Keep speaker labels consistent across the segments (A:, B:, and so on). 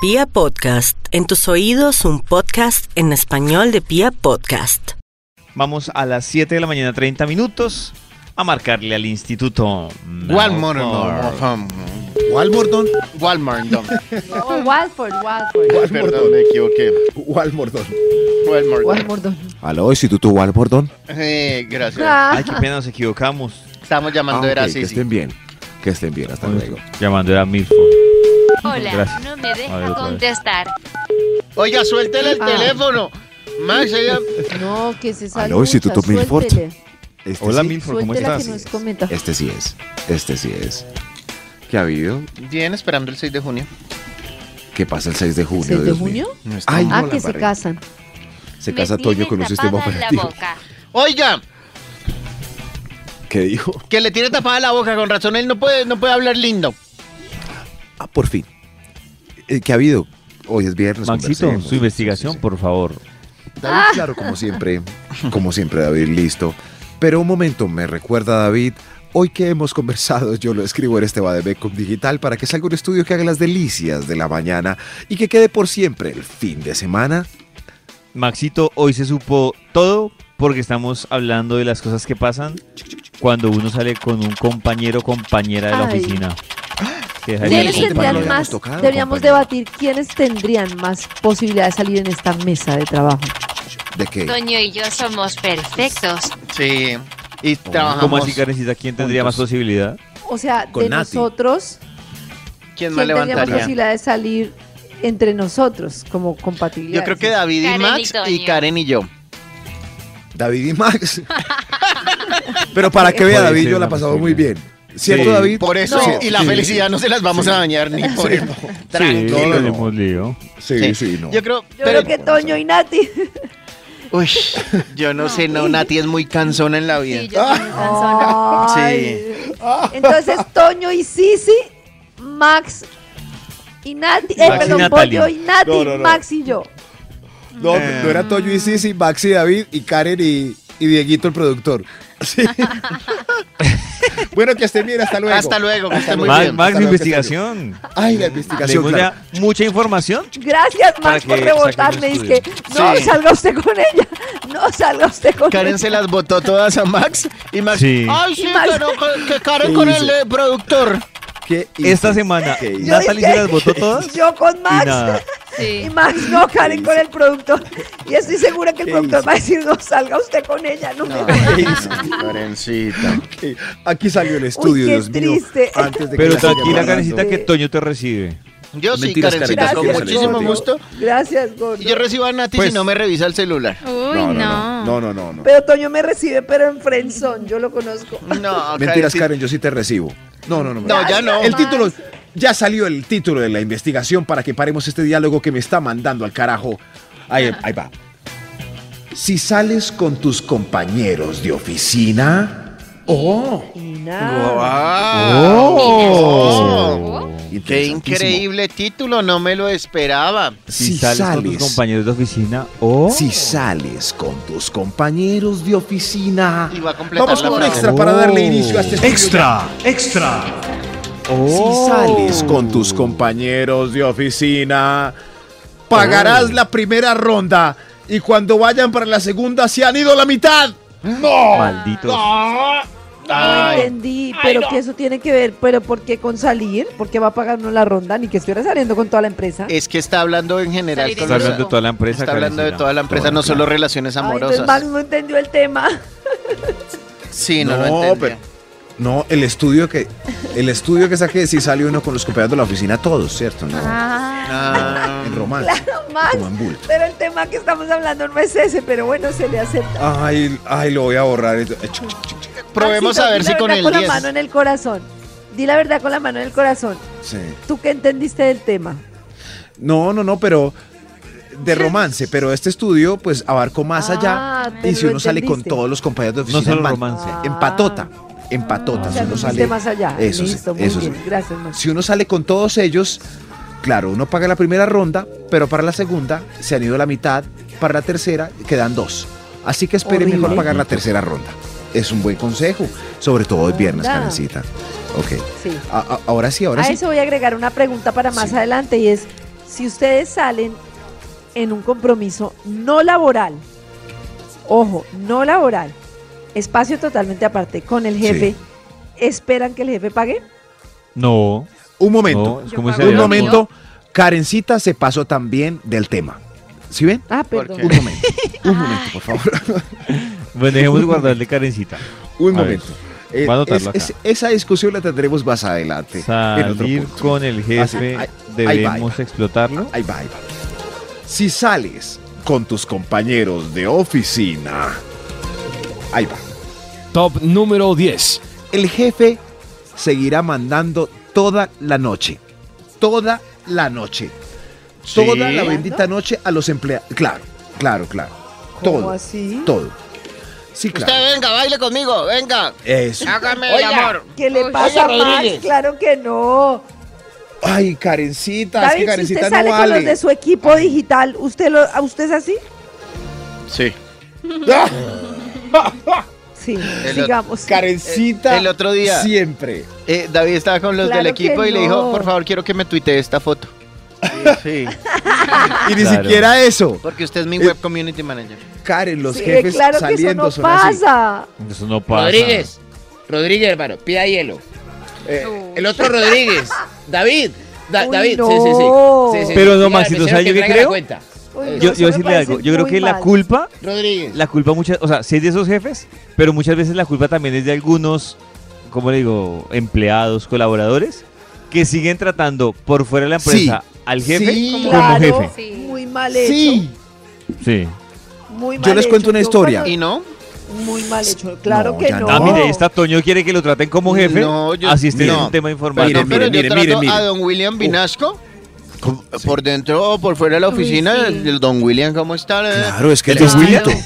A: Pia Podcast, en tus oídos un podcast en español de Pia Podcast.
B: Vamos a las 7 de la mañana, 30 minutos, a marcarle al instituto.
C: Walmart.
B: Malfoy.
C: Walmart.
D: Walmart, no.
E: Oh, Watford, Watford.
D: Perdón, me equivoqué.
C: Walmart.
D: Walmart.
E: Watford.
C: Aló, Instituto Walmart.
D: Eh, gracias.
E: Ah,
B: Ay, qué pena, nos equivocamos.
D: Estamos llamando,
C: Ah,
D: era
C: ok, que
D: así. sí.
C: estén bien. Que estén bien, hasta luego.
B: Llamando era Milfo.
F: Hola,
B: Gracias.
F: no me deja
B: A ver, otra vez.
F: contestar.
D: Oiga, suéltele el
E: Ah.
D: teléfono. Max, ella...
E: No, que se sale.
C: Aló, Ah, Instituto Milford. Este
B: Hola,
C: sí,
B: Milford, ¿cómo
E: Suéltela
B: estás?
E: que no es cometa.
C: Este sí es. Este sí es. ¿Qué ha habido?
D: Bien, esperando el 6 de junio.
C: ¿Qué pasa el 6 de junio?
E: 6 de
C: Dios mío?
E: junio?
C: Ay,
E: Ah,
C: no,
E: que
C: la
E: se
C: embarré.
E: casan.
C: Se
F: Me
C: casa
F: tiene
C: Toño con un
F: tapada
C: sistema
F: en la
C: operativo.
F: boca.
D: Oiga,
C: ¿Qué dijo?
D: que le tiene tapada la boca, con razón él no puede, no puede hablar lindo.
C: Ah, por fin. Eh, ¿Qué ha habido? Hoy es viernes.
B: Maxito,
C: conversemos.
B: su investigación,
C: Sí, sí.
B: por favor.
C: David, claro, como siempre, como siempre, David, listo. Pero un momento, me recuerda David, hoy que hemos conversado, yo lo escribo en este Bademecum Digital para que salga un estudio que haga las delicias de la mañana y que quede por siempre el fin de semana.
B: Maxito, hoy se supo todo porque estamos hablando de las cosas que pasan cuando uno sale con un compañero o compañera de la
E: Ay.
B: oficina. Que deja de
C: Debe
E: ¿Quiénes
B: ser compañero.
C: ser lo
E: tendrían
C: habíamos
E: más?
C: tocado,
E: Deberíamos
C: compañero.
E: debatir quiénes tendrían más posibilidad de salir en esta mesa de trabajo.
C: ¿De qué?
F: Toño y yo somos perfectos.
D: Sí. Y
C: Oh,
D: trabajamos.
B: ¿Cómo así, Karencita? ¿Quién tendría más
C: juntos.
B: posibilidad?
E: O sea,
C: Con
E: de
C: Nati.
E: nosotros,
D: ¿Quién más
E: ¿quién tendría más
D: levantaría?
E: posibilidad de salir entre nosotros como compatibilidad?
D: Yo creo que David y
F: Karen y
D: Max y
F: Toño.
D: Karen y yo.
C: David y Max. Pero para que vea,
B: Puede
C: David,
B: ser
C: yo la
B: una
C: he pasado muy
B: posibilidad.
C: bien. ¿Cierto,
B: Sí.
C: David?
D: Por eso,
C: Sí,
D: y la
C: sí,
D: felicidad
C: sí.
D: no se las vamos
C: Sí.
D: a dañar ni por
C: Sí.
D: eso. Tranquilo.
C: no,
B: Sí,
C: no.
B: tenemos lío.
C: Sí, sí, no.
D: Yo creo,
E: Yo
D: pero,
E: creo que Toño y Nati.
D: uy, yo no, sé, no, Nati es muy cansona en la vida.
F: Sí, yo soy muy cansona.
E: Ay. Entonces, Toño y Sisi, Max y Nati, eh,
B: Max y
E: perdón,
B: Natalia.
E: Pollo y Nati,
C: No, no, no.
E: Max y yo.
C: No, no era Toyo y Sisi, Max y David y Karen y, y Dieguito el productor. Sí. bueno, que estén bien, hasta luego.
D: Hasta luego, que esté muy
B: Max,
D: bien.
B: Max,
C: Hasta luego,
B: investigación.
C: Ay, la
B: Le
C: investigación.
B: dimos
C: claro.
B: ya mucha información.
E: Gracias,
B: Para
E: Max, por
B: que
E: rebotarme.
B: saquemos
E: Es que no
D: Sí.
E: salga usted con ella. No salga usted con
D: Karen se
E: ella.
D: las botó todas a Max y Max.
B: Sí.
D: Ay, sí,
E: Y Max-
D: que no, que, que Karen
C: ¿Qué
D: con
C: hizo?
D: el eh, productor.
C: ¿Qué hizo?
B: Esta semana,
C: ¿Qué hizo?
B: Natalie se
E: dije-
B: las votó todas. y
E: Yo con Max.
B: nada.
E: Y
F: Sí.
E: Max no, Karen con el productor. Y estoy segura que el
C: ¿Qué
E: productor
C: hizo?
E: va a decir, no salga usted con ella. No, me
C: ¿Qué hizo?
D: Karencita.
C: ¿Qué? Aquí salió el estudio,
E: qué
C: Dios mío,
E: triste.
C: Antes de que
B: Pero
C: la sigan
B: tranquila,
C: hablando.
B: Karencita, que
E: Sí.
B: Toño te recibe.
D: Yo sí,
C: Mentiras,
D: Karencita,
C: Karencita,
D: con
C: gracias,
D: muchísimo
C: Karencita.
D: gusto.
E: Gracias, Gordo.
D: Y yo recibo a Nati
B: Pues-
D: si no me revisa el celular.
F: Uy,
C: No, no, no, no, no, no.
E: Pero Toño me recibe, pero en Frenzón, yo lo conozco.
D: No,
C: Mentiras,
D: Karencita.
C: Karen, yo sí te recibo. No, no, no.
D: No, ya no.
C: El título, ya salió el título de la investigación para que paremos este diálogo que me está mandando al carajo. Ahí, ahí va. Si sales con tus compañeros de oficina. ¡Oh!
E: Y nada.
D: Ah, ¡Oh! Qué
C: Interesantísimo.
D: increíble título, no me lo esperaba.
B: Si sales, con tus compañeros de oficina oh, o...
C: Si sales con tus compañeros de oficina.
D: Y va a completar
C: Vamos
D: la
C: con un
D: frase.
C: extra para darle
B: Oh.
C: inicio a este estudio.
G: Extra, extra.
B: o-
C: Si sales con tus compañeros de oficina, pagarás la primera ronda y cuando vayan para la segunda se han ido la mitad.
B: Malditos.
E: No
D: Ay,
E: entendí, pero que eso tiene que ver, pero ¿por qué con salir? ¿Por qué va a pagar uno la ronda? Ni que estuviera saliendo con toda la empresa.
D: es que está hablando en general.
F: Está
D: con
B: Está
D: los-
B: hablando de toda la empresa,
D: está hablando de
B: Karencita.
D: toda la empresa, no solo relaciones
E: Ay, entonces Max
D: amorosas.
E: no entendió el tema.
D: Sí, no, lo
C: No,
D: entendí.
C: pero- No, el estudio que el estudio que saqué si sale uno con los compañeros de la oficina todos, cierto, no.
D: Ah,
C: En romance,
E: Claro, Max.
C: como en bulto.
E: Pero el tema que estamos hablando no es ese, pero bueno, se le acepta.
C: Ay, ay, lo voy a borrar.
D: probemos
E: Maxito,
D: a ver
E: di
D: si
E: la
D: con
E: verdad
D: el
E: con la
D: 10.
E: mano en el corazón. Di la verdad con la mano en el corazón.
C: Sí.
E: ¿Tú qué entendiste del tema?
C: No, no, no, pero de romance, pero este estudio pues abarcó más allá
E: Ah,
C: y
E: pero
C: si
E: lo
C: uno sale con
E: entendiste.
C: todos los compañeros de
B: No
C: oficina
B: solo
C: en man-
B: romance.
E: Ah.
C: empatota, empatota,
E: O
C: si
E: sea,
C: uno
E: no
C: sale
E: fuiste más allá.
C: Eso sí,
E: Listo, muy
C: eso
E: bien.
C: sí.
E: Gracias, Max.
C: Si uno sale con todos ellos, claro, uno paga la primera ronda, pero para la segunda se han ido la mitad, para la tercera quedan dos. Así que espere
E: Horrible.
C: mejor pagar la tercera ronda. Es un buen consejo, sobre todo hoy viernes,
E: Ronda.
C: Karencita. Ok.
E: Sí.
C: A- a- ahora sí, ahora
E: A
C: sí.
E: eso voy a agregar una pregunta para más
C: Sí.
E: adelante y es, si ustedes salen en un compromiso no laboral, ojo, no laboral, espacio totalmente aparte con el jefe,
C: Sí.
E: ¿esperan que el jefe pague?
B: No.
C: Un momento,
B: No, es como
F: Yo
B: ese
F: pago.
C: Pues un
B: debate.
C: momento. Karencita se pasó también del tema. ¿Sí ven?
E: Ah,
D: ¿Por
E: perdón.
D: qué?
C: Un momento, un momento, por favor.
B: Bueno, dejemos de guardarle carencita.
C: Un
B: A ver,
C: momento. Eh,
B: voy a anotarlo
C: es-
B: acá.
C: es- esa discusión la tendremos más adelante. en otro
B: Salir
C: punto.
B: con el jefe,
C: Así, ahí- ahí va, ahí
B: debemos
C: va.
B: explotarlo.
C: Ahí va, ahí va. Si sales con tus compañeros de oficina. Ahí va.
G: Top número 10.
C: El jefe seguirá mandando toda la noche. Toda la noche.
D: ¿Sí?
C: Toda la bendita noche a los empleados. Claro, claro, claro.
E: ¿Cómo
C: todo.
E: así?
C: Todo. Sí, claro.
H: Usted venga, baile conmigo, venga.
C: Eso.
H: Hágame el amor.
E: ¿Qué le
F: Uy,
E: pasa a
H: oiga,
E: Max?
H: Rodríguez.
E: Claro que no.
C: Ay, Karencita, es que
E: David, si
C: Karencita
E: usted
C: no
E: sale con
C: vale.
E: los de su equipo digital, ¿usted lo, ¿a usted es así?
D: Sí.
E: Sí,
D: El otro-
E: digamos.
C: Ah. Karencita.
D: El- el otro día.
C: Siempre.
D: Eh, David estaba con los
E: Claro
D: del equipo
E: que
D: y le dijo,
E: no.
D: por favor, quiero que me tuitee esta foto. Sí,
C: Y ni
B: Claro.
C: siquiera eso.
D: porque usted es mi
C: Eh,
D: web community manager.
C: Karen, los
E: Sí, eh,
C: jefes
E: claro que eso
C: saliendo
E: no
C: son así.
E: pasa.
B: Eso no pasa.
H: Rodríguez. Rodríguez, hermano, pida hielo. Eh, el otro Rodríguez. David. Da-
E: Uy,
H: David,
E: no.
H: sí, sí, sí. Sí, sí,
B: Pero no,
H: Dígale al
B: Maxito,
H: mesero
B: ¿sabe yo qué
H: traiga la
B: creo?
H: cuenta.
E: Uy, no,
B: Yo, yo
E: eso me
B: decirle
E: parece
B: algo. Yo creo
E: muy
B: que la
E: mal.
B: culpa,
H: Rodríguez.
B: la culpa muchas, o sea, si es de esos jefes, pero muchas veces la culpa también es de algunos, como le digo, empleados, colaboradores, que siguen tratando por fuera de la
C: Sí.
B: empresa al jefe
C: Sí.
B: como
E: Claro,
B: jefe.
F: Sí.
E: muy mal hecho.
C: Sí.
B: Sí.
E: Muy
C: Yo
E: mal
C: les
E: hecho.
C: cuento una historia.
D: ¿Y no?
E: cuando- Muy mal hecho. Claro
C: No,
E: que
C: ya
E: no.
C: no.
B: Ah, mire, esta Toño quiere que lo traten como jefe,
D: No, yo-
C: Ah,
B: así
C: este
B: esté en
D: no.
B: un tema informal.
C: Mire,
D: no, pero
C: mire,
D: yo
C: mire,
D: trato
C: mire, mire.
D: a don William Vinasco.
C: ¿Cómo?
D: Por dentro o por fuera de la oficina, el, el don William, ¿cómo está?
C: Claro, es que
B: ¿El
C: él es
B: de William?
C: bonito.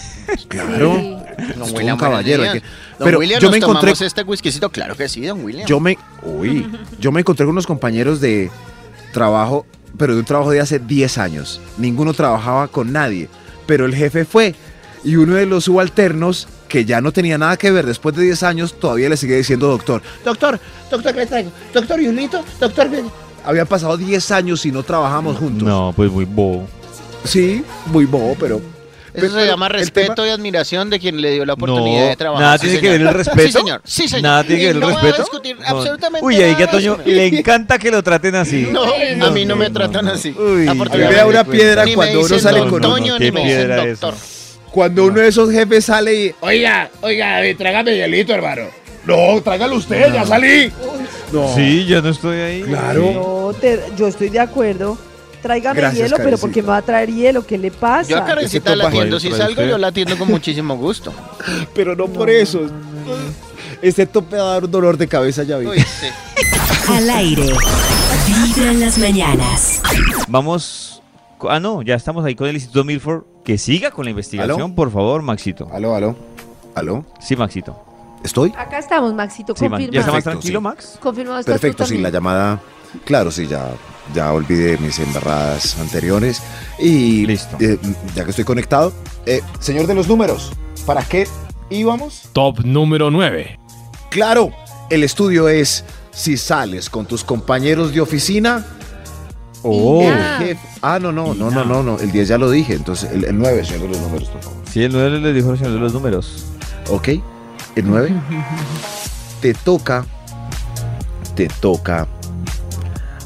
C: Claro.
F: Sí.
C: Es
D: Don
C: todo
D: William,
C: un caballero. hay que-
D: Don
C: Pero
D: William,
C: yo
D: ¿nos
C: me encontré,
D: tomamos este whiskycito? Claro que sí, don William.
C: yo me, uy, yo me encontré con unos compañeros de trabajo, pero de un trabajo de hace 10 años. Ninguno trabajaba con nadie, pero el jefe fue y uno de los subalternos que ya no tenía nada que ver después de 10 años todavía le sigue diciendo doctor.
H: Doctor, doctor, ¿qué le traigo? Doctor Yulito, doctor. ¿qué-
C: Habían pasado 10 años y no trabajamos juntos.
B: No, pues muy bobo.
C: Sí, muy bobo, pero
D: Eso se
C: pero
D: llama
C: el
D: respeto
C: tema-
D: y admiración de quien le dio la oportunidad
B: No,
D: de trabajar.
B: nada
D: Sí,
B: tiene que
D: señor.
B: ver el respeto.
D: Sí, señor. Sí, señor.
B: Nada tiene
D: Y
B: que ver el
D: no voy a
B: respeto.
D: discutir
B: No.
D: absolutamente
B: Uy, ahí que a
D: nada de
B: Toño
D: eso.
B: le encanta que lo traten así.
D: No, a mí no me
B: no,
D: tratan
B: no.
D: así.
B: Uy,
C: a mí me da una piedra cuando uno
D: dicen
C: sale
D: don
C: con
D: Toño,
B: qué
D: ni me dicen
B: piedra
D: doctor.
C: cuando uno de esos jefes sale y
H: Oiga, oiga, David, trágame hielito, hermano.
C: no, tráigalo usted, ya salí. No.
B: Sí, yo no estoy ahí.
C: Claro.
E: No, te- yo estoy de acuerdo. Tráigame
C: Gracias,
E: hielo, pero
C: Karencita.
E: ¿por qué me va a traer hielo? ¿Qué le pasa?
D: Yo a Karencita
C: Ese
D: la
C: topa-
D: atiendo. Si
B: Trae
D: salgo,
B: usted.
D: yo la atiendo con muchísimo gusto.
C: pero no, por eso. Este tope va a dar un dolor de cabeza, ya vi.
D: Uy, sí.
A: Al aire. Vibra en las mañanas.
B: Sí. Vamos. co- Ah, no, ya estamos ahí con el Instituto Milford. Que siga con la investigación,
C: ¿Aló?
B: por favor, Maxito.
C: Aló, aló. Aló.
B: Sí, Maxito.
C: ¿Estoy?
E: Acá estamos, Maxito.
B: Sí, man. ¿Ya está más
C: Perfecto,
B: tranquilo,
C: sí.
B: Max?
E: Confirmado, estás tú
C: Perfecto, sí,
E: también.
C: la llamada. Claro, sí, ya, ya olvidé mis embarradas anteriores. Y
B: Listo.
C: eh, ya que estoy conectado, eh, señor de los números, ¿para qué íbamos?
G: Top número 9.
C: Claro, el estudio es si sales con tus compañeros de oficina.
B: Oh.
C: el jefe- Ah, no, no, no, no, no, no. El 10 ya lo dije, entonces el, 9, señor de los números, por favor.
B: Sí, el 9 le dijo el señor de los números.
C: Ok, el 9. te toca, te toca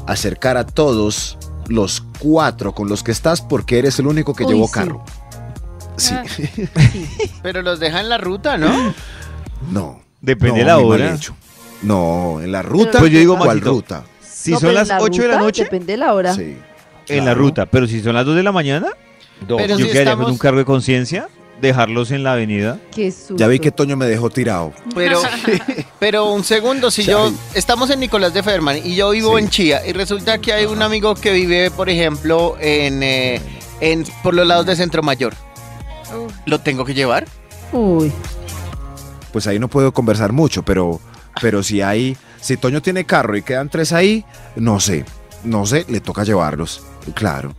C: acercar a todos los cuatro con los que estás porque eres el único que
E: Uy,
C: llevó
E: sí.
C: carro. Sí,
D: Pero los deja en la ruta, ¿no?
C: no.
B: Depende de
C: no,
B: la
C: muy mal
B: hora.
C: hecho. No, en la ruta.
E: Pues yo digo,
C: ¿Cuál
B: Maxito,
C: ruta?
B: Si
E: No,
B: son
E: pero
B: las
E: en la
B: 8 de la
E: ruta,
B: noche,
E: Depende de la hora.
C: Sí.
B: en la
C: claro.
B: ruta. Pero si son las 2 de la mañana,
D: Pero
B: yo
D: si
B: quedaría
D: estamos-
B: con un cargo de conciencia, dejarlos en la avenida.
E: Qué susto.
C: Ya vi que Toño me dejó tirado.
D: Pero,
F: Ah.
D: pero un segundo, si yo estamos en Nicolás de Ferman y yo vivo
C: Sí.
D: en Chía y resulta que hay un amigo que vive, por ejemplo, en, eh, en por los lados de Centro Mayor. ¿Lo tengo que llevar?
E: Uy.
C: pues ahí no puedo conversar mucho, pero, pero si hay, si Toño tiene carro y quedan tres ahí, no sé, no sé, le toca llevarlos, claro.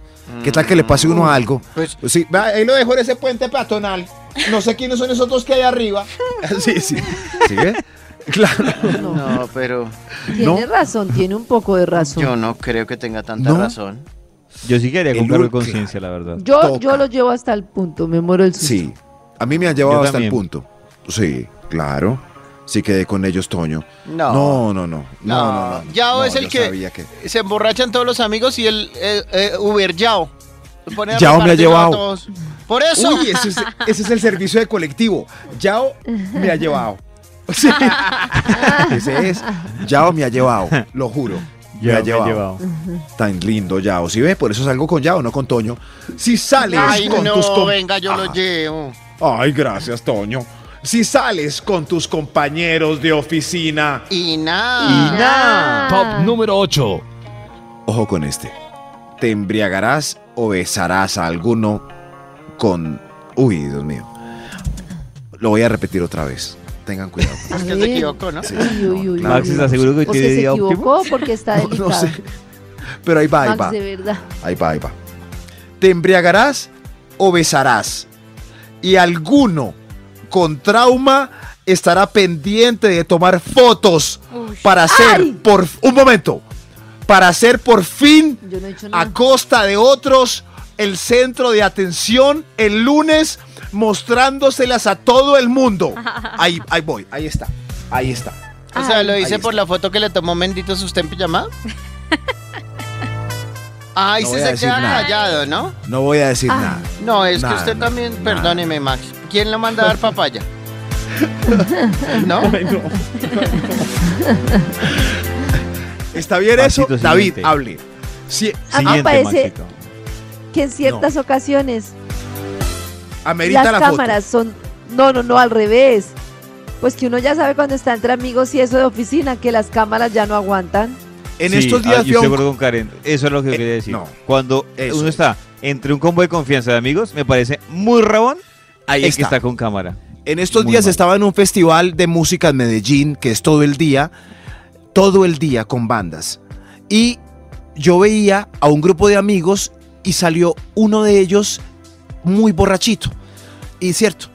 C: ¿Qué tal que le pase uno algo?
D: Pues-
C: sí, va, ahí lo dejo en ese puente.
H: Peatonal. No sé quiénes son esos dos que hay arriba.
C: Sí, sí. ¿Sí ve? Claro.
E: No,
D: No, pero
E: Tiene razón, tiene un poco de razón.
D: yo no creo que tenga tanta
C: ¿No?
D: razón.
B: Yo sí quería
C: El
B: con cargo de
C: último.
B: conciencia, la verdad.
E: Yo,
C: Toca.
E: yo lo llevo hasta el punto, me muero el susto.
C: Sí. A mí me han llevado
B: Yo
C: hasta el
B: también.
C: punto. Sí, claro. Sí quedé con ellos, Toño.
D: No.
C: No, no, no. No, no, no. no.
D: Yao
C: No,
D: es el
C: yo
D: que-
C: sabía que.
D: Se emborrachan todos los amigos y el eh, eh, Uber Yao. Los pone a
C: Yao me ha
D: repartir a
C: llevado.
D: todos. Por eso.
C: Uy, ese es, ese es el servicio de colectivo. Yao me ha llevado. Sí. Ese es. Yao me ha llevado, lo juro.
B: Ya
C: me ha llevado. Tan lindo, Yao. Si ve, por eso salgo con Yao, no con Toño. Si sales
D: Ay,
C: con
D: no,
C: tus com-
D: venga, yo
C: Ah.
D: lo llevo.
C: Ay, gracias, Toño. Si sales con tus compañeros de oficina.
D: Y
E: Ah.
D: nada.
F: Ah.
G: Top número 8.
C: Ojo con este. Te embriagarás o besarás a alguno con. Uy, Dios mío. Lo voy a repetir otra vez. Tengan cuidado.
D: Es que
E: A
D: se
E: ver.
D: equivocó, ¿no?
C: Sí,
E: Uy,
C: no,
E: uy, uy,
C: claro.
B: Max,
E: uy.
B: ¿estás seguro que
E: O
B: tiene
E: se
B: día
E: equivocó Ah, porque está
C: No,
E: delicado.
C: no sé. Pero ahí va, ahí va.
E: Max, de verdad.
C: Ahí va, ahí va. ¿Te embriagarás o besarás? Y alguno con trauma estará pendiente de tomar fotos para ser
E: ¡Ay!
C: por un momento, para ser por fin
E: Yo no he
D: Ah,
E: hecho nada.
C: a costa de otros el centro de atención el lunes mostrándoselas a todo el mundo. Ahí, ahí voy, ahí está, ahí está.
D: O sea, lo
C: Ay, ahí
D: dice por
C: está.
D: la foto que le tomó Menditos usted en pijama. Ay,
C: No voy a
D: se, se
C: decir
D: queda
C: nada.
D: callado, ¿no?
C: No voy a decir nada.
D: No, es
C: Nada,
D: que usted
C: no,
D: también,
C: nada.
D: perdóneme, Max. ¿Quién lo manda a dar papaya? ¿No?
C: ¿Está bien eso?
B: Pasito
C: David,
B: siguiente.
C: hable. Sí,
E: Ah,
B: Siguiente,
E: parece-
B: Maxito.
E: Que en ciertas ocasiones
C: amerita
E: las
C: la
E: cámaras son. No, no, no, al revés. Pues que uno ya sabe cuando está entre amigos y eso de oficina, que las cámaras ya no aguantan.
C: foto. En
B: Sí,
C: estos
B: ah,
C: días
B: yo estoy
C: fui a
B: de
C: un-
B: acuerdo con Karen. Eso es lo que
C: Eh,
B: quería decir.
C: no.
B: Cuando
C: Eso
B: uno
C: es.
B: está entre un combo de confianza de amigos, me parece muy rabón
C: Ahí
B: el que
C: está.
B: está con cámara.
C: En estos
B: Muy
C: días
B: mal.
C: estaba en un festival de música en Medellín, que es todo el día, todo el día con bandas. Y yo veía a un grupo de amigos y salió uno de ellos muy borrachito. Y cierto,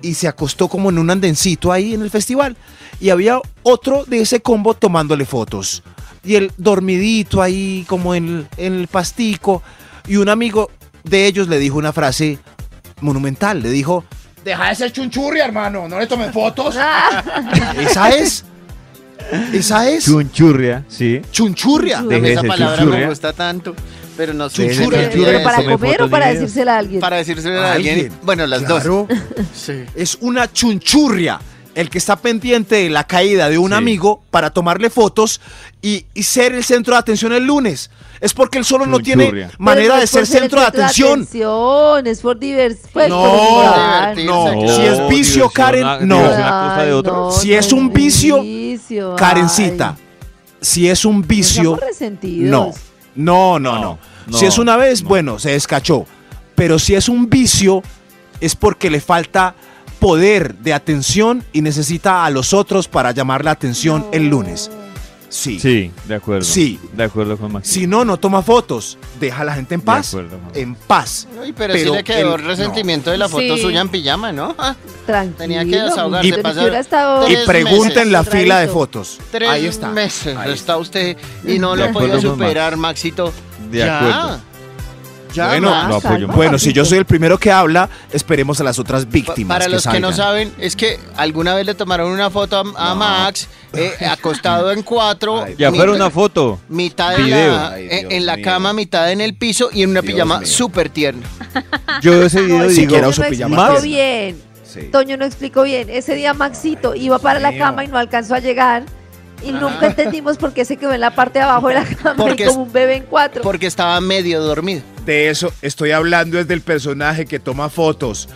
C: y se acostó como en un andencito ahí en el festival. Y había otro de ese combo tomándole fotos. Y el dormidito ahí como en, el- en el pastico. Y un amigo de ellos le dijo una frase monumental. Le dijo,
H: Deja de ser chunchurri, hermano. No le tomen fotos.
C: Esa es. Esa es.
B: Chunchurria, sí.
C: Chunchurria.
E: Deje
B: de
D: Esa
B: ser
D: palabra
B: chunchurria.
D: me gusta tanto, pero no sé.
C: Deje de
E: Pero,
C: ser
D: Chunchurria.
C: chunchurria.
E: pero para
B: tomé
E: comer o
B: fotos
E: para
B: de videos.
E: decírsela a alguien.
D: Para decírselo a alguien.
C: Alguien.
D: Bueno, las dos.
C: Claro,
D: Sí.
C: Es una chunchurria. El que está pendiente de la caída de un
B: Sí.
C: amigo para tomarle fotos y, y ser el centro de atención el lunes. Es porque él solo no tiene
B: Chunchurria.
C: manera
E: Pero
C: de
E: es por
C: ser pues, centro de atención.
E: atención, es por divers- pues,
C: No,
E: por jugar.
D: divertido.
C: No,
B: Oh,
D: Exacto.
C: si es vicio,
B: diversión,
C: Karen,
B: ah,
C: no.
B: diversión a costa de
E: Ay,
B: otro.
E: no,
C: Si es un vicio,
E: vicio,
C: Karencita,
E: ay.
C: si es un
E: Nos
C: vicio,
E: hemos resentidos.
C: No, no, no, no.
B: No, no,
C: si es una vez,
B: no.
C: bueno, se descachó. Pero si es un vicio, es porque le falta poder de atención y necesita a los otros para llamar la atención el lunes. Sí.
B: Sí, de acuerdo.
C: Sí.
B: De acuerdo con Max.
C: Si no, no toma fotos. Deja a la gente en
B: De
C: paz.
B: acuerdo, Max.
C: En paz.
D: Uy, pero, sí
C: Pero
D: le quedó
C: el-
D: resentimiento de la foto
F: Sí.
D: suya en pijama, ¿no? Ah,
E: Tranquilo,
D: Tenía que desahogarse,
E: mijito,
D: pasó-
E: yo hubiera estado-
C: Y
D: Tres
C: pregunta en la
E: meses.
C: fila de
E: Rarito.
C: fotos.
D: tres
C: Ahí está.
D: meses
C: Ahí
D: está usted y no
B: De
D: lo ha podido
B: acuerdo con Max.
D: superar, Maxito.
B: De
D: Ya.
B: acuerdo.
D: Ya,
C: Bueno,
D: Max.
B: lo apoyo.
E: Calma,
C: Bueno, si yo
E: papito.
C: soy el primero que habla, esperemos a las otras
D: Pa-
C: víctimas.
D: Para los que, no
C: salgan.
D: saben, es que alguna vez le tomaron una foto a, a Max eh, acostado en cuatro.
C: Ay,
B: Ya
D: mi-
B: fuera una foto.
D: Mitad en
B: video.
D: la,
H: Ay,
D: eh,
H: Dios
D: en la
H: mío.
D: cama, mitad en el piso y en una
H: Dios
D: pijama
H: mío.
D: súper tierna.
B: Yo veo ese
E: No,
B: video y
E: Toño
B: digo,
C: siquiera
E: no
C: uso
E: explicó
C: pijama.
E: bien.
C: Sí.
E: Toño no explicó bien. Ese día Maxito iba para la cama y no alcanzó a llegar. Y nunca entendimos por qué se quedó en la parte de abajo de la cama
D: Porque
E: y como un bebé en cuatro.
D: Porque estaba medio dormido.
C: De eso estoy hablando es del personaje que toma fotos.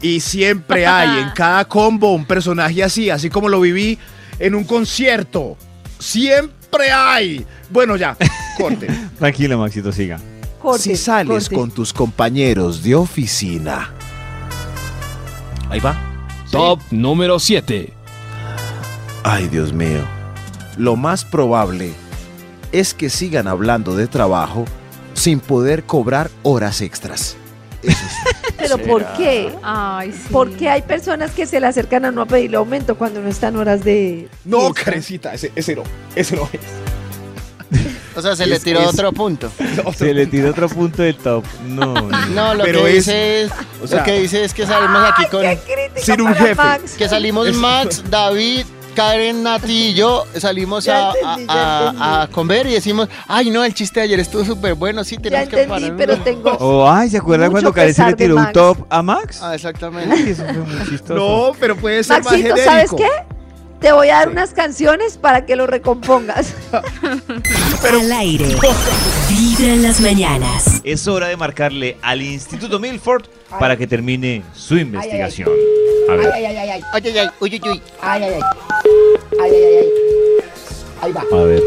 C: Y siempre hay en cada combo un personaje así, así como lo viví en un concierto. Siempre hay. Bueno, ya, corte.
B: tranquilo, Maxito, siga.
E: Corte,
C: si sales
E: corte.
C: con tus compañeros de oficina. Ahí va.
G: Top número 7.
C: Ay, Dios mío. Lo más probable es que sigan hablando de trabajo sin poder cobrar horas extras.
E: ¿Pero por qué?
F: Ay, sí.
E: Porque hay personas que se le acercan a no a pedirle aumento cuando no están horas de. fiesta.
C: Karencita, ese, ese no, ese no es.
D: O sea, se le
C: Es-
D: tiró
C: es-
D: otro punto.
B: Se le tiró otro punto del top. No, no.
D: No, lo,
C: Pero
D: que,
C: es-
D: dice es,
C: o sea-
D: lo que dice es que salimos aquí con...
E: ¡Qué crítica
C: sin un
E: para
C: jefe.
E: Max!
D: Que salimos Max, David, Karen, Nati y yo, salimos a,
E: Ya entendí, ya
D: a- a- a
E: entendí.
D: comer y decimos, ay no, el chiste de ayer estuvo súper bueno, sí,
E: Ya
D: tenemos que
E: entendí,
D: parar.
E: pero tengo...
B: Oh, ay, ¿se acuerdan
E: Mucho
B: cuando Karen se
E: pesar
B: le
E: de
B: tiró un
E: Max.
B: top a Max?
D: Ah, exactamente.
B: Ay, eso fue muy chistoso.
C: No, pero puede ser más
E: Maxito,
C: genérico.
E: ¿sabes qué? Te voy a dar unas canciones para que lo recompongas.
A: Al aire. Vibra en las mañanas.
B: Es hora de marcarle al Instituto Milford para que termine su investigación. A ver.
D: Oye, ay, uy, uy, uy.
B: A ver.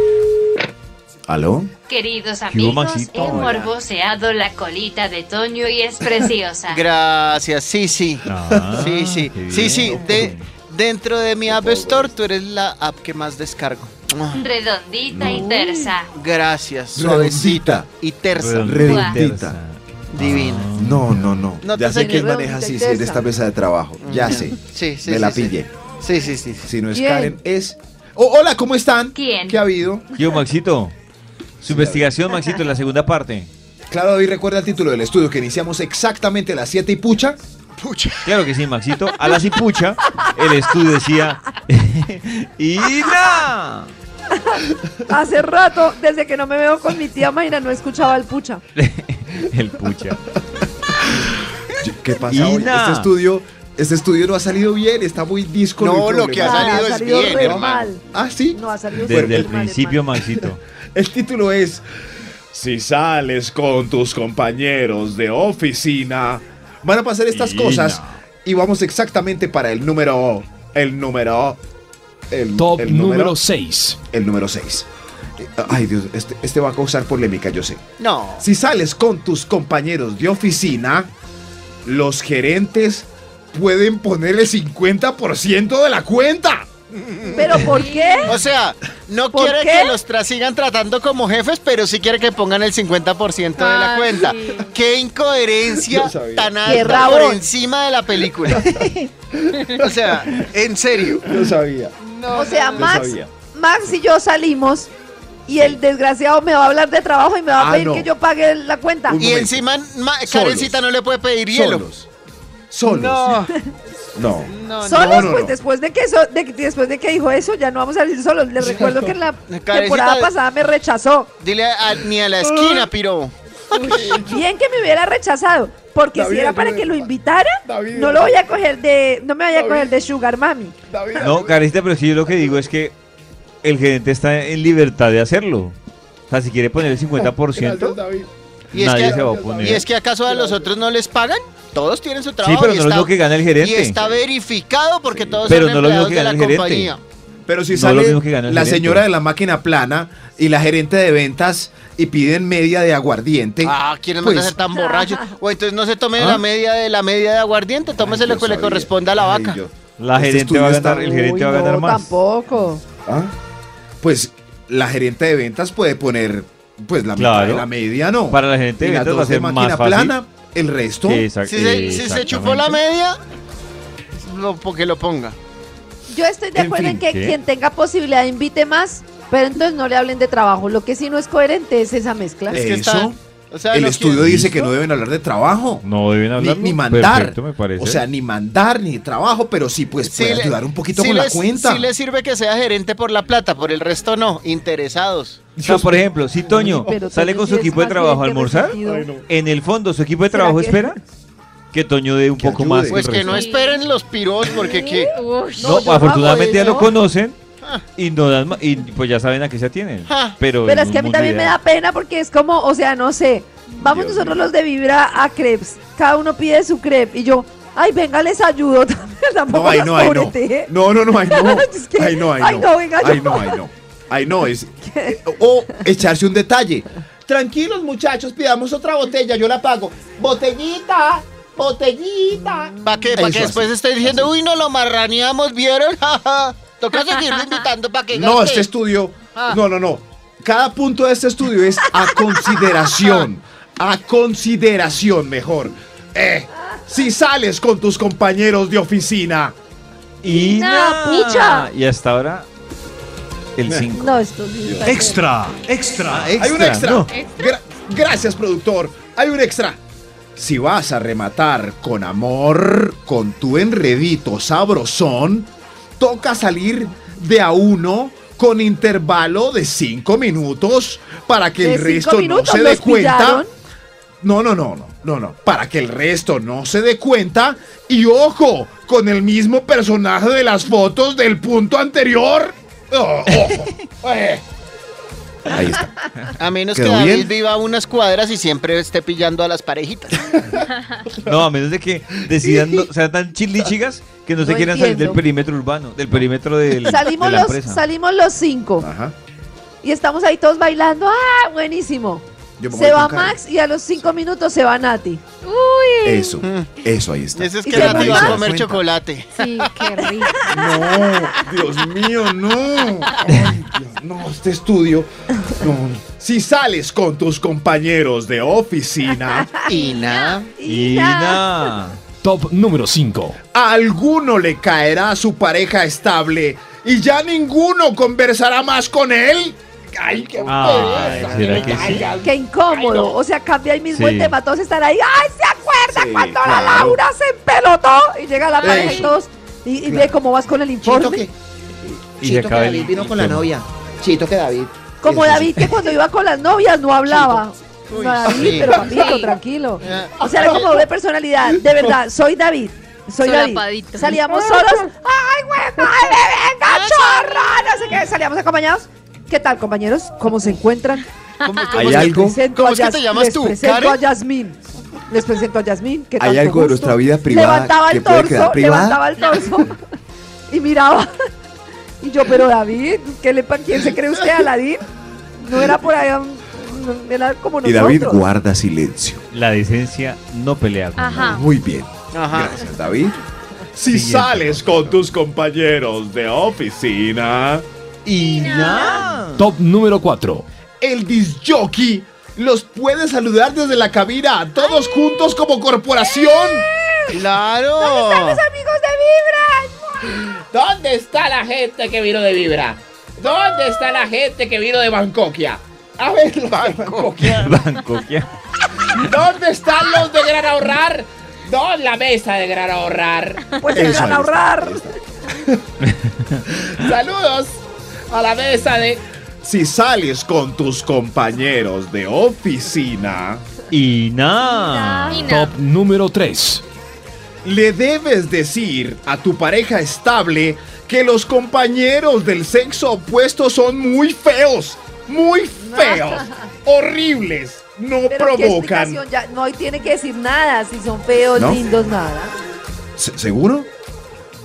C: ¿Aló?
F: Queridos
B: hubo,
F: amigos,
B: Maxito?
F: he morboseado la colita de Toño y es preciosa.
D: Gracias, sí, sí.
B: Ah,
D: sí, sí.
B: qué
D: Sí,
B: bien.
D: sí. de- dentro de mi App Store, tú eres la app que más descargo. Ah,
F: Redondita y tersa.
D: Gracias,
C: Redondita.
D: suavecita y tersa.
B: Redondita.
C: Redondita.
B: Ah.
D: Divina.
C: No, no, no.
D: No te
C: ya sé
D: enseñé
C: que él maneja
E: redondita
C: así
E: y
C: en
E: tesa.
C: esta mesa de trabajo. Ya sé.
D: Sí, sí.
C: Me
D: sí,
C: la
D: sí.
C: pillé.
D: Sí, sí, sí. sí.
C: Si no es
E: Bien.
C: Karen, es... Oh, hola, ¿cómo están?
F: ¿Quién?
C: ¿Qué ha habido?
B: Yo, Maxito. Su investigación, Maxito, en la segunda parte.
C: Claro, David, recuerda el título del estudio que iniciamos exactamente a las 7 y pucha. Pucha.
B: Claro que sí, Maxito. A la cipucha, el estudio decía. ¡Ina!
E: Hace rato, desde que no me veo con mi tía Mayra, no escuchaba al pucha.
B: El pucha.
C: ¿Qué pasa hoy?
B: Ina.
C: Este estudio, este estudio no ha salido bien, está muy disco.
D: No, lo que ha
E: Ah,
D: salido es bien,
E: re
D: hermano.
E: mal.
C: Ah, sí.
E: No ha salido
B: Desde
E: súper
B: el
E: mal,
B: principio,
E: hermano.
B: Maxito.
C: El título es
I: Si sales con tus compañeros de oficina,
C: Van a pasar estas
I: Ina.
C: cosas y vamos exactamente para el número el número el
G: Top
C: el
G: número 6.
C: el número 6. Ay, Dios, este, este va a causar polémica, yo sé.
D: No.
C: Si sales con tus compañeros de oficina, los gerentes pueden ponerle 50% de la cuenta.
E: ¿Pero por qué?
D: O sea, no
E: ¿Por
D: quiere
E: qué?
D: que los tra- sigan tratando como jefes, pero sí quiere que pongan el 50% de la
F: Ay,
D: cuenta.
F: sí.
D: Qué incoherencia
C: sabía.
D: tan
E: Qué
D: alta
E: rabón.
D: por encima de la película. o sea, en serio.
C: Yo sabía.
E: O sea,
C: no
E: Max,
C: sabía.
E: Max y yo salimos y el desgraciado me va a hablar de trabajo y me va a
C: Ah,
E: pedir
C: no.
E: que yo pague la cuenta.
C: Un
D: Y
C: momento.
D: encima ma- Karencita no le puede pedir hielo.
C: Solos. Solos.
D: No,
C: No.
D: no, no.
E: Solos,
C: no,
E: pues
C: no.
E: después de que eso, de que- después de que dijo eso, ya no vamos a salir solos. Les recuerdo que en la
D: Karencita-
E: temporada pasada me rechazó.
D: Dile a- a- ni a la esquina, piro.
E: Bien que me hubiera rechazado, porque
C: David,
E: si era para
C: ayúdame.
E: que lo invitara,
C: David.
E: no lo voy a coger de, no me vaya a
C: David.
E: coger de sugar mami.
B: No, Carita, pero si yo lo que digo es que el gerente está en libertad de hacerlo. O sea, si quiere poner el 50%,
D: Y es,
B: nadie
D: que,
B: se va a oponer.
D: y es que acaso a los otros no les pagan. Todos tienen su trabajo.
B: sí, pero
D: y
B: no lo
D: está-
B: mismo que gana el
D: Y
B: gerente.
D: está verificado porque todos
B: Pero
D: son
B: no lo mismo
D: empleados
B: que
D: de
B: gana
D: la
B: el gerente.
D: compañía.
C: Pero si
B: No, lo
C: sale
B: mismo que ganó el
C: la
B: gerente.
C: señora de la máquina plana y la gerente de ventas y piden media de aguardiente.
D: Ah, quieren
C: Pues-
D: no ser tan borrachos. O entonces no se tome
C: ¿Ah?
D: la media de la media de aguardiente, tómese
C: Ay,
D: lo
C: yo
D: que le
C: sabía.
D: corresponda a la
C: Ay,
D: vaca.
C: yo-
B: La
C: Este
B: gerente
C: estudio
B: va a
C: está-
B: ganar, el gerente
E: Uy,
B: va a ganar
E: no,
B: más.
E: Tampoco.
C: ¿Ah? Pues la gerente de ventas puede poner pues la mitad
B: Claro.
C: de la media, ¿no?
B: Para la gerente de
C: Y las
B: ventas va a
C: dos de
B: ser
C: máquina
B: más fácil.
C: plana, el resto.
B: Sí, exact-
D: Si se, si se chupó la
B: exactamente.
D: media, lo, porque lo ponga.
E: Yo estoy de
B: En
E: acuerdo
B: fin,
E: en, que
B: ¿qué?
E: quien tenga posibilidad invite más, pero entonces no le hablen de trabajo. Lo que sí no es coherente es esa mezcla.
D: Es que
C: Eso,
D: está- o sea,
C: el
D: lo
C: estudio
D: quieren-
C: dice que no deben hablar de trabajo.
B: No deben
C: Ni,
B: hablar
C: ni mandar.
B: Perfecto, me parece.
C: O sea, ni mandar ni trabajo, pero sí pues
D: Sí
C: puede
D: le-
C: ayudar un poquito
D: sí
C: con la
D: les-
C: cuenta.
D: Sí le sirve que sea gerente por la plata, por el resto no, interesados.
B: O sea, por ejemplo, si Toño
E: Pero
B: sale
E: Toño
B: con
E: sí
B: su
E: es
B: equipo de
E: más
B: trabajo a
E: bien que
B: almorzar,
E: resentido.
B: en el fondo su equipo de
E: ¿Será
B: trabajo
E: que-
B: espera que Toño dé un
C: Que
B: poco
C: ayude.
B: más. que
D: Pues
B: el
D: que no
B: resto.
D: esperen los piros, porque que.
F: Uy,
E: No,
B: No,
E: yo no
B: afortunadamente ya
E: hago
B: lo
E: eso.
B: conocen y no dan ma- y pues ya saben a qué se atienen.
D: Ah.
B: Pero,
E: Pero
B: en
E: es que a
B: un
E: mí
B: mundo
E: también me da
B: ideal-
E: pena porque es como, o sea, no sé, vamos nosotros los de Vibra a crepes, cada uno pide su crepe y yo, ay, venga, les ayudo. Tampoco
C: No, ay,
E: los ¿eh?
C: no, ay, no.
E: pobreteé.
C: No, no, no, ay, no.
E: Es que-
C: Ay, no, ay, no.
E: ay, no, venga,
C: Ay,
E: yo.
C: no, ay, no. Ay, no, es. eh, O echarse un detalle. Tranquilos, muchachos, pidamos otra botella, yo la pago. Botellita, botellita.
D: ¿Para qué? ¿Para
C: Eso
D: que después
C: así,
D: esté diciendo, uy, no lo marraneamos, vieron? Ja, ja. Toca seguirlo invitando para que.
C: No,
D: gaste.
C: este estudio.
D: Ah.
C: No, no, no. Cada punto de este estudio es a consideración. A consideración, mejor. Eh, si sales con tus compañeros de oficina.
B: Y
E: ¡Ina, pucha!
B: Y hasta ahora El 5.
E: No, esto sí está-
J: Extra, extra.
C: Hay un extra.
B: no.
C: Gra- gracias, productor. Hay un extra. Si vas a rematar con amor, con tu enredito sabrosón, toca salir de a uno con intervalo de cinco minutos para que
E: ¿De
C: el
E: cinco
C: resto no
E: minutos
C: se dé
E: los
C: cuenta.
E: pillaron?
C: No, no, no, no, no, no. Para que el resto no se dé cuenta. Y ojo, con el mismo personaje de las fotos del punto anterior. Oh, ojo. Eh.
K: Ahí está.
D: A menos que
K: ¿Quedó
D: David
K: bien?
D: viva unas cuadras y siempre esté pillando a las parejitas.
B: No, a menos de que decidan, no- sean tan chilichigas que no, se
E: No
B: quieran salir del
E: entiendo.
B: perímetro urbano, del perímetro del,
E: Salimos
B: de la
E: los,
B: empresa.
E: salimos los cinco
C: Ajá.
E: y estamos ahí todos bailando. ¡Ah, buenísimo!
C: Yo me
E: Se
C: voy
E: va
C: con Karen.
E: Max y a los cinco minutos se va Nati.
K: Eso, eso ahí está.
D: Ese es
E: ¿Y
D: que
E: qué
D: Nati va
E: pasa?
D: a comer chocolate.
F: Sí, qué rico.
C: No, Dios mío, no. Ay, Dios, no, este estudio. no. Si sales con tus compañeros de oficina,
D: Y nada.
B: Y nada.
G: Top número 5.
C: a alguno le caerá su pareja estable y ya ninguno conversará más con él. Ay, qué
B: Ay,
C: pereza,
B: ¿será
C: me
B: que sí?
C: caigas.
E: Qué incómodo. O sea, cambia ahí mismo el
B: Sí.
E: tema. Todos están ahí. ¡Ay, se acuerda
C: Sí,
E: cuando la
C: claro.
E: Laura se empelotó! Y llega la pareja y
H: Eso.
E: todos. Y, y ve cómo vas con el
H: Chito
E: informe.
H: que,
B: Y se
H: Chito que
B: acaba el-
H: David vino con la
B: el-
H: novia. Chito que David.
E: Como David, que cuando iba con las novias no hablaba.
D: Uy,
E: No, David,
D: sí.
E: pero papito,
F: Sí.
E: tranquilo.
D: Ya.
E: O sea, era como doble personalidad. De verdad, soy David. Soy David.
F: Solapadito.
E: Salíamos solos. ¡Ay, güey, madre, venga, chorra! No sé qué. Salíamos acompañados. ¿Qué tal, compañeros? ¿Cómo se encuentran?
D: ¿Cómo- cómo
K: ¿Hay
D: se-
K: algo?
E: Pues presento
D: ¿Cómo
E: a
D: es que te
E: Yas-
D: llamas
E: les
D: tú,
E: presento
D: Karen?
E: a Yasmín. Les presento a Yasmín. que
K: Hay
E: tanto
K: algo de
E: gusto.
K: nuestra vida privada
E: Levantaba
K: que
E: el
K: puede
E: torso,
K: quedar privada.
E: levantaba el torso y miraba. Y yo, pero David, ¿qué le, pa- ¿quién se cree usted, Aladín? No era por allá, mm, era como
K: Y
E: nosotros.
K: David guarda silencio.
B: La decencia no pelea con
F: Ajá.
K: Muy bien.
D: Ajá.
K: Gracias, David.
C: Si sales con tus compañeros de oficina,
B: Y nada.
G: Top número 4.
C: el disjockey los puede saludar desde la cabina, todos juntos como corporación.
D: ¡Claro!
E: amigos de Vibra!
H: ¿Dónde está la gente que vino de Vibra? ¿Dónde está la gente que vino de Bancoquia? A ver, los de Bancoquia.
B: Bancoquia.
H: ¿Dónde están los de Gran Ahorrar? ¿Dónde la mesa de Gran Ahorrar?
E: Pues se
C: Eso
E: van a
C: es.
E: ahorrar.
H: Saludos a la mesa de
C: Si sales con tus compañeros de oficina,
B: Y nada.
F: Y nada.
G: Top número 3.
C: le debes decir a tu pareja estable que los compañeros del sexo opuesto son muy feos, muy feos, horribles, no
E: Pero qué
C: provocan.
E: explicación, ya no hoy tiene que decir nada, si son feos,
K: ¿No?
E: lindos, nada.
K: ¿Se- ¿Seguro?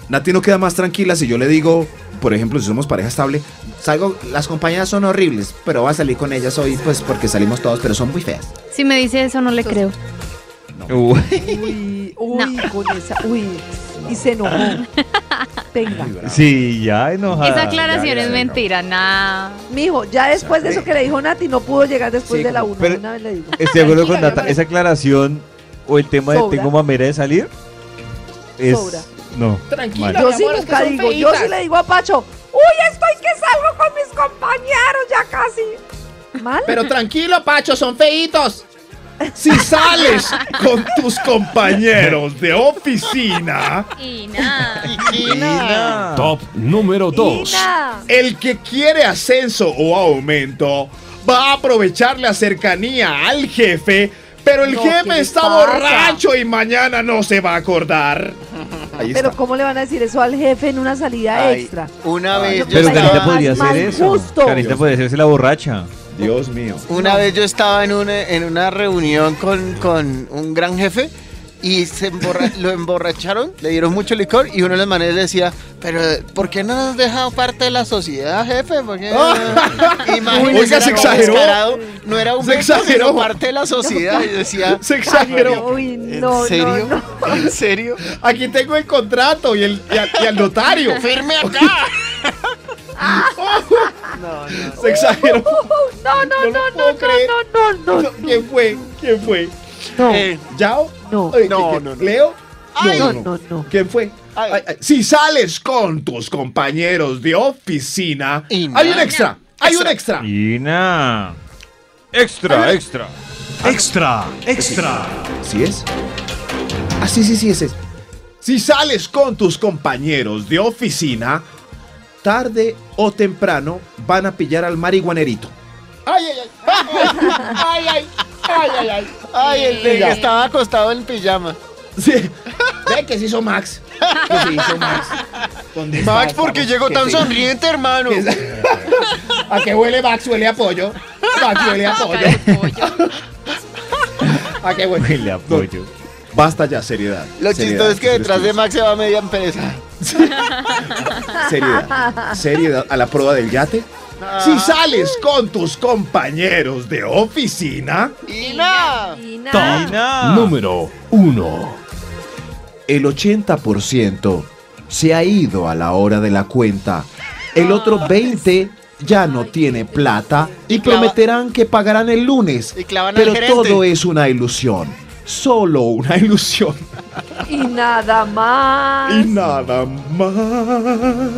K: Nati no queda más tranquila si yo le digo, por ejemplo, si somos pareja estable,
H: Salgo, las compañeras son horribles, pero va a salir con ellas hoy, pues porque salimos todos, pero son muy feas.
F: Si me dice eso, no le creo.
B: Uy,
E: Uy, uy, con esa, uy. Y se enojó. Venga.
B: sí, ya enojada.
F: Esa aclaración
B: Ah, Ya,
F: es
B: ya, ya.
F: mentira, nada.
E: Mijo, ya después de eso que le dijo Nati, no pudo llegar después
B: Sí,
E: de la una.
B: pero-
E: una vez le digo.
B: Estoy de acuerdo con
E: Tranquila,
B: Nata.
E: mi amor.
B: Esa aclaración o el tema
E: Sobra.
B: de tengo mamera de salir es.
E: Sobra.
B: No.
H: Tranquila,
B: mal.
H: mi
E: Yo
H: amor,
E: sí
H: es que
E: nunca
H: son
E: digo, yo sí
H: feitas.
E: le digo a Pacho, uy, estoy que salgo con mis compañeros ya casi. ¿Mal?
H: Pero tranquilo, Pacho, son feitos.
C: Si sales con tus compañeros de oficina,
F: Y nada.
D: Chiquina.
G: Top número 2.
E: Ina.
C: El que quiere ascenso o aumento va a aprovechar la cercanía al jefe, pero el
E: No, ¿qué
C: jefe
E: les
C: está
E: pasa?
C: borracho y mañana no se va a acordar.
K: ahí
E: Pero
K: está.
E: ¿cómo le van a decir eso al jefe en una salida
D: Ay,
E: extra?
D: Una
E: Ay,
D: vez
E: yo
D: yo
B: Pero
E: pensé que
B: Carita
E: mal-
D: estaba,
B: podría hacer
E: mal
B: eso.
E: gusto.
B: Carita podría hacerse la borracha.
C: Dios mío.
D: una vez yo estaba en una, en una reunión con, con un gran jefe y se emborra- lo emborracharon, le dieron mucho licor y uno de los manes decía, pero ¿por qué no nos deja parte de la sociedad, jefe? ¿Por qué no?" Imagínese,
C: Oiga, se
D: era como
C: exageró.
D: descarado, No era un
C: Se exageró.
D: sino parte de la sociedad y decía,
C: Se
E: Ay,
C: exageró.
E: uy, no,
D: ¿en serio?
E: no, no.
D: ¿En serio?
C: Aquí tengo el contrato y el, y al, y al notario.
D: ¡Firme acá! no, no.
C: Se exageró.
E: No,
C: No
E: no,
C: lo
E: no,
C: puedo
E: no,
C: creer.
E: no, no, no, no.
C: ¿Quién fue? ¿Quién fue?
E: No,
D: Eh,
C: ¿Yao?
E: no,
D: No,
C: Ay, ¿qué- qué-
D: no, no.
C: ¿Leo?
E: no, no, no.
C: ¿Quién fue?
D: Ay.
C: Ay, ay, si sales con tus compañeros de oficina,
D: Y
C: hay un
D: nada.
C: extra, hay un extra.
B: Ina. Extra, extra.
L: Extra, extra.
M: ¿Sí es? Ah, sí, sí, sí, ese es.
C: Si sales con tus compañeros de oficina, tarde o temprano van a pillar al marihuanerito.
N: Ay, ay, ay. Ay, ay, ay, ay, ay.
D: Ay, el de
N: Mira.
D: que estaba acostado en pijama.
C: Sí. Ve que se hizo Max. Que se hizo Max. Con
D: Max,
C: disfraz,
D: ¿por qué
C: vamos,
D: llegó
C: que
D: tan
C: se-
D: sonriente, hermano?
C: que se- ¿A qué huele Max? Huele a pollo. Max huele a pollo. ¿A qué huele?
B: Le apoyo.
C: Basta ya, seriedad.
D: Lo chistoso es que detrás de Max
C: Max.
D: se va media empresa.
C: Seriedad. Seriedad. A la prueba del yate.
D: Ah.
C: Si sales con tus compañeros de oficina,
D: Y nada.
G: Top
B: Ina.
G: número 1.
C: el 80% se ha ido a la hora de la cuenta.
D: Ah.
C: El otro 20% ya no tiene plata y
D: clava-
C: prometerán que pagarán el lunes.
D: Y clavan al
C: Pero
D: gerente.
C: todo es una ilusión. Solo una ilusión.
E: Y nada
D: Ah,
E: más.
C: Y nada más.